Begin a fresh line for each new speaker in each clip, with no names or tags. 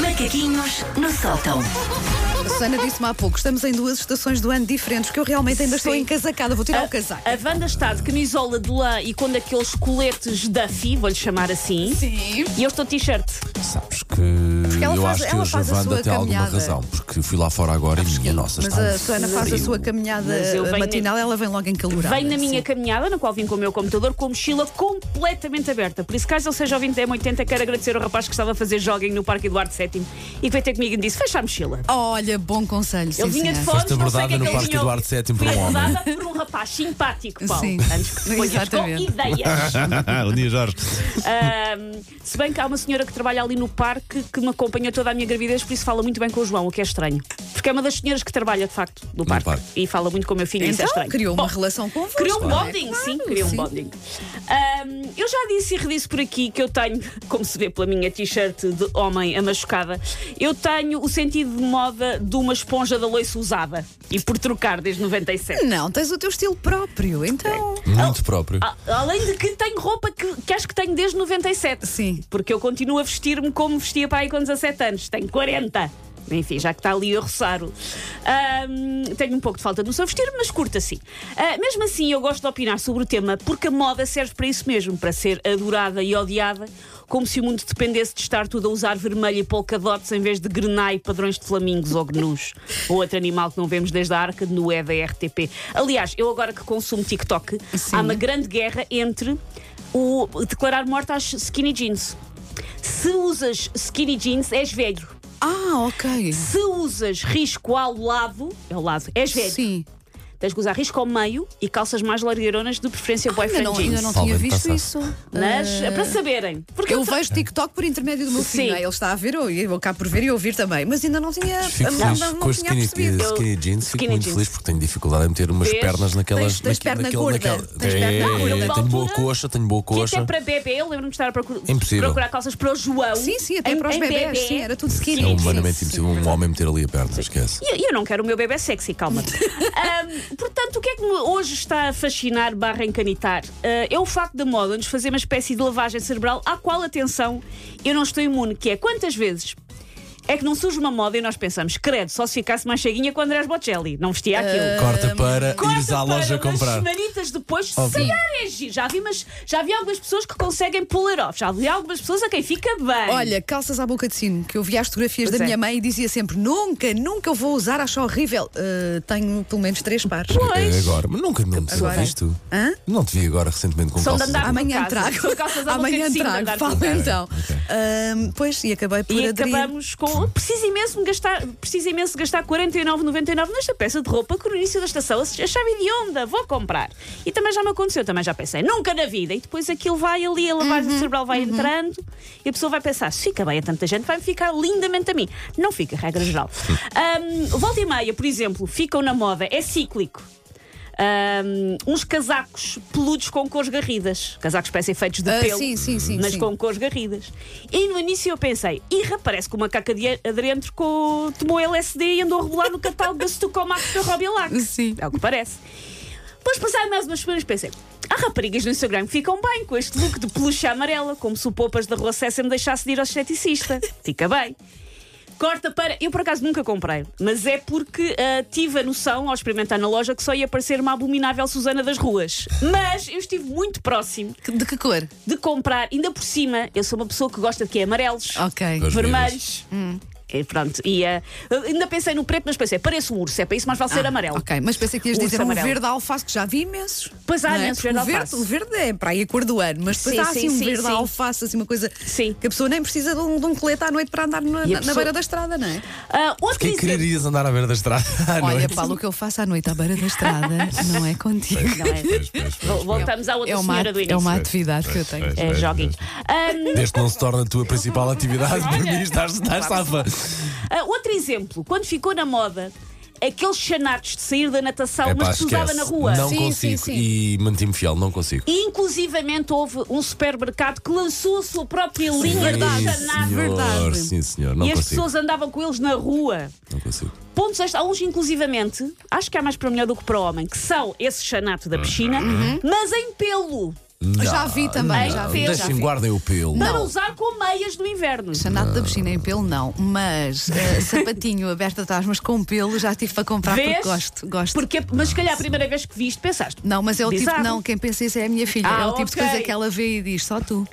Macaquinhos no sótão.
A Susana disse-me há pouco, estamos em duas estações do ano diferentes, que eu realmente ainda estou
Sim. É.
encasacada, vou tirar o casaco.
A Wanda está de camisola de lã e com daqueles coletes Duffy, vou-lhe chamar assim.
Sim.
E eu estou de t-shirt.
Sabes que
ela
eu
faz-
acho que
ela
hoje a
faz a
Wanda
sua
tem alguma
caminhada. É
razão, porque fui lá fora agora e minha nossa
Mas
está um
a Susana faz a
frio.
sua caminhada
Mas eu venho-
matinal, ela vem logo encalorada.
Venho na minha
Sim.
caminhada, na qual vim com o meu computador, com a mochila completamente aberta. Por isso, caso ele seja ouvinte da M80, quero agradecer ao rapaz que estava a fazer jogging no Parque Eduardo VII e que veio ter comigo e me disse: fecha a mochila.
Olha, bom conselho.
Ele
sim,
vinha de
senhora.
fora,
Foste
não sei o que é
abordada
que
no
ele
Parque
vinha.
Eduardo VII por
Fui
um homem.
abordada por um rapaz simpático, Paulo.
Sim.
Antes que te ponhas com
Exatamente.
ideias.
Bom dia, Jorge.
Ahm, se bem que há uma senhora que trabalha ali no parque que me acompanhou toda a minha gravidez, por isso fala muito bem com o João, o que é estranho. Porque é uma das senhoras que trabalha, de facto, no parque.
parque.
E fala muito com o meu filho, isso é
Então,
estranho.
criou uma
Bom,
relação convosco.
Criou um
não é?
bonding,
Claro,
sim, criou um bonding. Ahm, eu já disse e redisse por aqui que eu tenho, como se vê pela minha t-shirt de homem amachucada, eu tenho o sentido de moda de uma esponja da loiça usada e por trocar desde 97.
Não, tens o teu estilo próprio, então.
Muito próprio.
A- Ah, Além de que tenho roupa que, que acho que tenho desde 97.
Sim.
Porque eu continuo a vestir-me como vestia para aí com 17 anos. Tenho 40. Enfim, já que está ali a roçar. o- Ahm, tenho um pouco de falta de noção de vestir, mas curto assim. Ah, mesmo assim, eu gosto de opinar sobre o tema porque a moda serve para isso mesmo para ser adorada e odiada, como se o mundo dependesse de estar tudo a usar vermelho e polka dots em vez de grenai, padrões de flamingos ou gnus, ou outro animal que não vemos desde a arca de Noé da RTP. Aliás, eu agora que consumo TikTok,
Sim.
há uma grande guerra entre o declarar morte às skinny jeans. Se usas skinny jeans, és velho.
Ah, ok.
Se usas risco ao lado, é ao lado, és velho.
Sim.
Tens que usar risco ao meio e calças mais largueironas, de preferência
Ah, Ainda
boyfriend
não, ainda
jeans.
não
Falta
tinha
de
visto
passar.
isso.
Mas,
Ah,
é para saberem. Porque
eu
eu tra-
vejo TikTok por intermédio do meu filho,
Sim.
não é? ele está a ver e eu acabo por ver e ouvir também, mas ainda não tinha,
Fico
não,
feliz
não, não
com as
tinha
skinny,
percebido.
skinny jeans, fico
Skinny
muito
jeans.
feliz porque tenho dificuldade em meter umas
Vês?
pernas
Tens-
naquelas.
tens perna gorda. Tens
É,
perna gorda.
tenho
Altura-
boa coxa, tenho boa
que até
coxa.
para bebê, eu lembro-me de estar a procurar,
Impossível.
procurar calças para o João.
Sim, sim, até
em-
para os
em
bebés,
bebê.
sim, era tudo
É
skinny jeans.
humanamente
Sim, sim,
impossível um homem meter ali a perna, esquece.
E eu, eu não quero o meu bebê sexy, calma. Ahm, portanto, o que é que me hoje está a fascinar barra encanitar? Ah, é o facto da moda nos fazer uma espécie de lavagem cerebral à qual, atenção, eu não estou imune, que é quantas vezes é que não surge uma moda e nós pensamos, credo, só se ficasse mais cheguinha com o Andrés Bocelli. Não vestia aquilo.
Ah,
Corta para
Corta
ires à loja
para umas
comprar.
semanitas depois, se
Óbvio.
calhar é giro. Já vi, mas, já vi algumas pessoas que conseguem pull it off. Já vi algumas pessoas a quem fica bem.
Olha, calças à boca de sino, que eu via as fotografias
Pois
da
é.
minha mãe e dizia sempre: nunca, nunca eu vou usar, acho horrível. Ah, tenho pelo menos três pares.
Pois.
É Agora, mas nunca não te
Agora.
viste.
Hã?
Não te vi agora recentemente com
São de
calças.
andar-
Amanhã
São
trago.
calças- são calças à boca
Amanhã
de sino,
trago.
andar
Fala
por
então.
Ok.
Ah, pois, e acabei por
E
aderir.
acabamos com. Preciso imenso, de gastar, preciso imenso de gastar 49,99 nesta peça de roupa que no início da estação achava de onda, vou comprar. E também já me aconteceu, também já pensei, nunca na vida. E depois aquilo vai ali, a lavagem
Uhum,
cerebral vai entrando e a pessoa vai pensar, se fica bem a tanta gente, vai ficar lindamente a mim. Não fica, regra geral. Ahm, volta e meia, por exemplo, ficam na moda, é cíclico. Ahm, uns casacos peludos com cores garridas. Casacos parecem feitos de
Ah,
pelo
sim, sim, sim.
mas
sim.
com cores garridas. E no início eu pensei, irra, parece que uma caca de adentro com... tomou LSD e andou a rebolar no catálogo da Stucomax da Robbie Lack.
Sim.
É o que parece. Depois passaram mais umas semanas e pensei, há raparigas no Instagram que ficam bem com este look de peluche amarela, como se o Poupas da Rua César me deixasse de ir ao esteticista. Fica bem. Corta para. Eu por acaso nunca comprei, mas é porque ah, tive a noção, ao experimentar na loja, que só ia parecer uma abominável Susana das Ruas. Mas eu estive muito próximo
De que cor?
de comprar, ainda por cima, eu sou uma pessoa que gosta de que amarelos,
Ok.
Gosto.
vermelhos.
Hum.
E pronto, e eh, ainda pensei no preto, mas pensei, parece um urso, é para isso, mas vale ser amarelo.
Ah, Ok, mas pensei que ias
Urso
dizer um
amarelo.
verde alface, que já vi imensos.
Pois há
não é?
imensos
Porque
verde
o verde,
alface.
O verde é para aí a cor do ano, mas depois
Sim,
há assim
sim,
um
sim,
verde
sim.
alface, assim uma coisa
Sim.
que a pessoa nem precisa de um, de um colete à noite para andar na,
E a
na- na
pessoa-
beira da estrada, não é?
Ah, outro
Quem
exemplo-
quererias andar à beira da estrada à
Olha,
noite?
Paulo, o que eu faço à noite à beira da estrada não é contigo.
Não é?
Pois, pois, pois, pois.
Voltamos à outra
É uma,
senhora do
é
início.
uma atividade que eu tenho.
Pois,
É,
pois,
jogging.
pois.
Ahm,
Desde que não se torne a tua principal atividade, para mim estás, estás safa.
ah, outro exemplo, quando ficou na moda, aqueles chanatos de sair da natação,
É pá,
mas que se usava
esquece.
na rua.
Não
Sim, sim,
consigo.
sim.
E mantive-me fiel, não consigo.
E, inclusivamente houve um supermercado que lançou a sua própria linha de
Sim,
chanatos.
senhor,
verdade.
Sim, senhor, não
E as
consigo.
pessoas andavam com eles na rua.
Não consigo.
Pontos extra, alguns inclusivamente, acho que há mais para mulher do que para homem, que são esse chanato da piscina, mas em pelo.
Já vi também, já vi, já
Deixem,
vi.
guardem o pelo.
Para usar com meias do inverno.
Chanado da piscina em pelo, não. Mas eh, sapatinho aberto atrás, mas com pelo, já tive para comprar
Vês?
Tá, porque gosto. gosto.
Porque, mas se calhar a primeira vez que viste, pensaste.
Não, mas é o tipo,
Bizarro.
não, quem pensa isso é a minha filha.
Ah,
é o tipo de
ok.
coisa que ela vê e diz, só tu.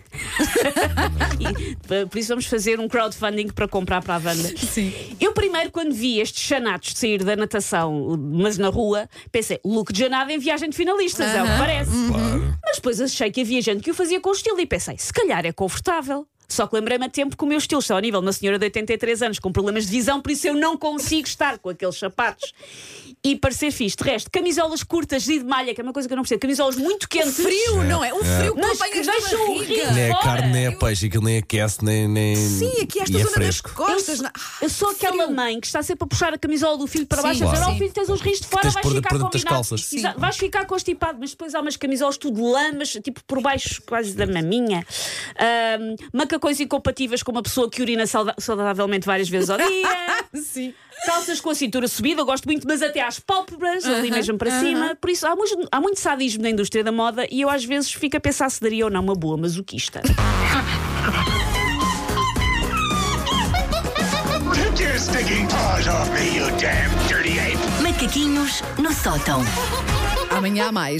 E, p- por isso vamos fazer um crowdfunding para comprar para a banda.
Sim.
Eu primeiro, quando vi estes chanatos de sair da natação, mas na rua, pensei, look de janado em viagem de finalistas, é o que
Aham.
parece.
Uhum.
Claro.
Mas depois achei que havia gente que o fazia com estilo e pensei, se calhar é confortável. Só que lembrei-me a tempo que o meu estilo está ao nível de uma senhora de 83 anos com problemas de visão, por isso eu não consigo estar com aqueles sapatos. E parecer fixe. De resto, camisolas curtas e de malha, que é uma coisa que eu não percebo, camisolas muito quentes.
Frio, não é? Um frio que
Mas
apanha
que
esta
deixa o
barriga.
rio.
Nem é
Fora.
carne, nem é peixe, aquilo nem aquece, nem. nem...
Sim, aqui esta
e
zona
é
das
fresco.
costas. na-
Eu sou aquela
Frio.
mãe que está sempre a puxar a camisola do filho para
Sim,
baixo e a dizer:
claro.
Ó filho, tens os rins de fora,
Tens
vais
por-
ficar
por dentro das
combinado.
calças.
Exa-
Sim.
Vais ficar constipado, mas depois há umas camisolas tudo lamas, tipo por baixo quase da maminha. Ahm, macacões incompatíveis com uma pessoa que urina sauda- saudavelmente várias vezes ao dia.
Sim.
Calças com a cintura subida, eu gosto muito, mas até às pálpebras, ali
Aham,
mesmo para cima. Por isso, há muito, há muito sadismo na indústria da moda e eu às vezes fico a pensar se daria ou não uma boa masoquista.
Take your stinking paws off me, you damn dirty ape!
Macaquinhos no sótão.
Amanhã há mais.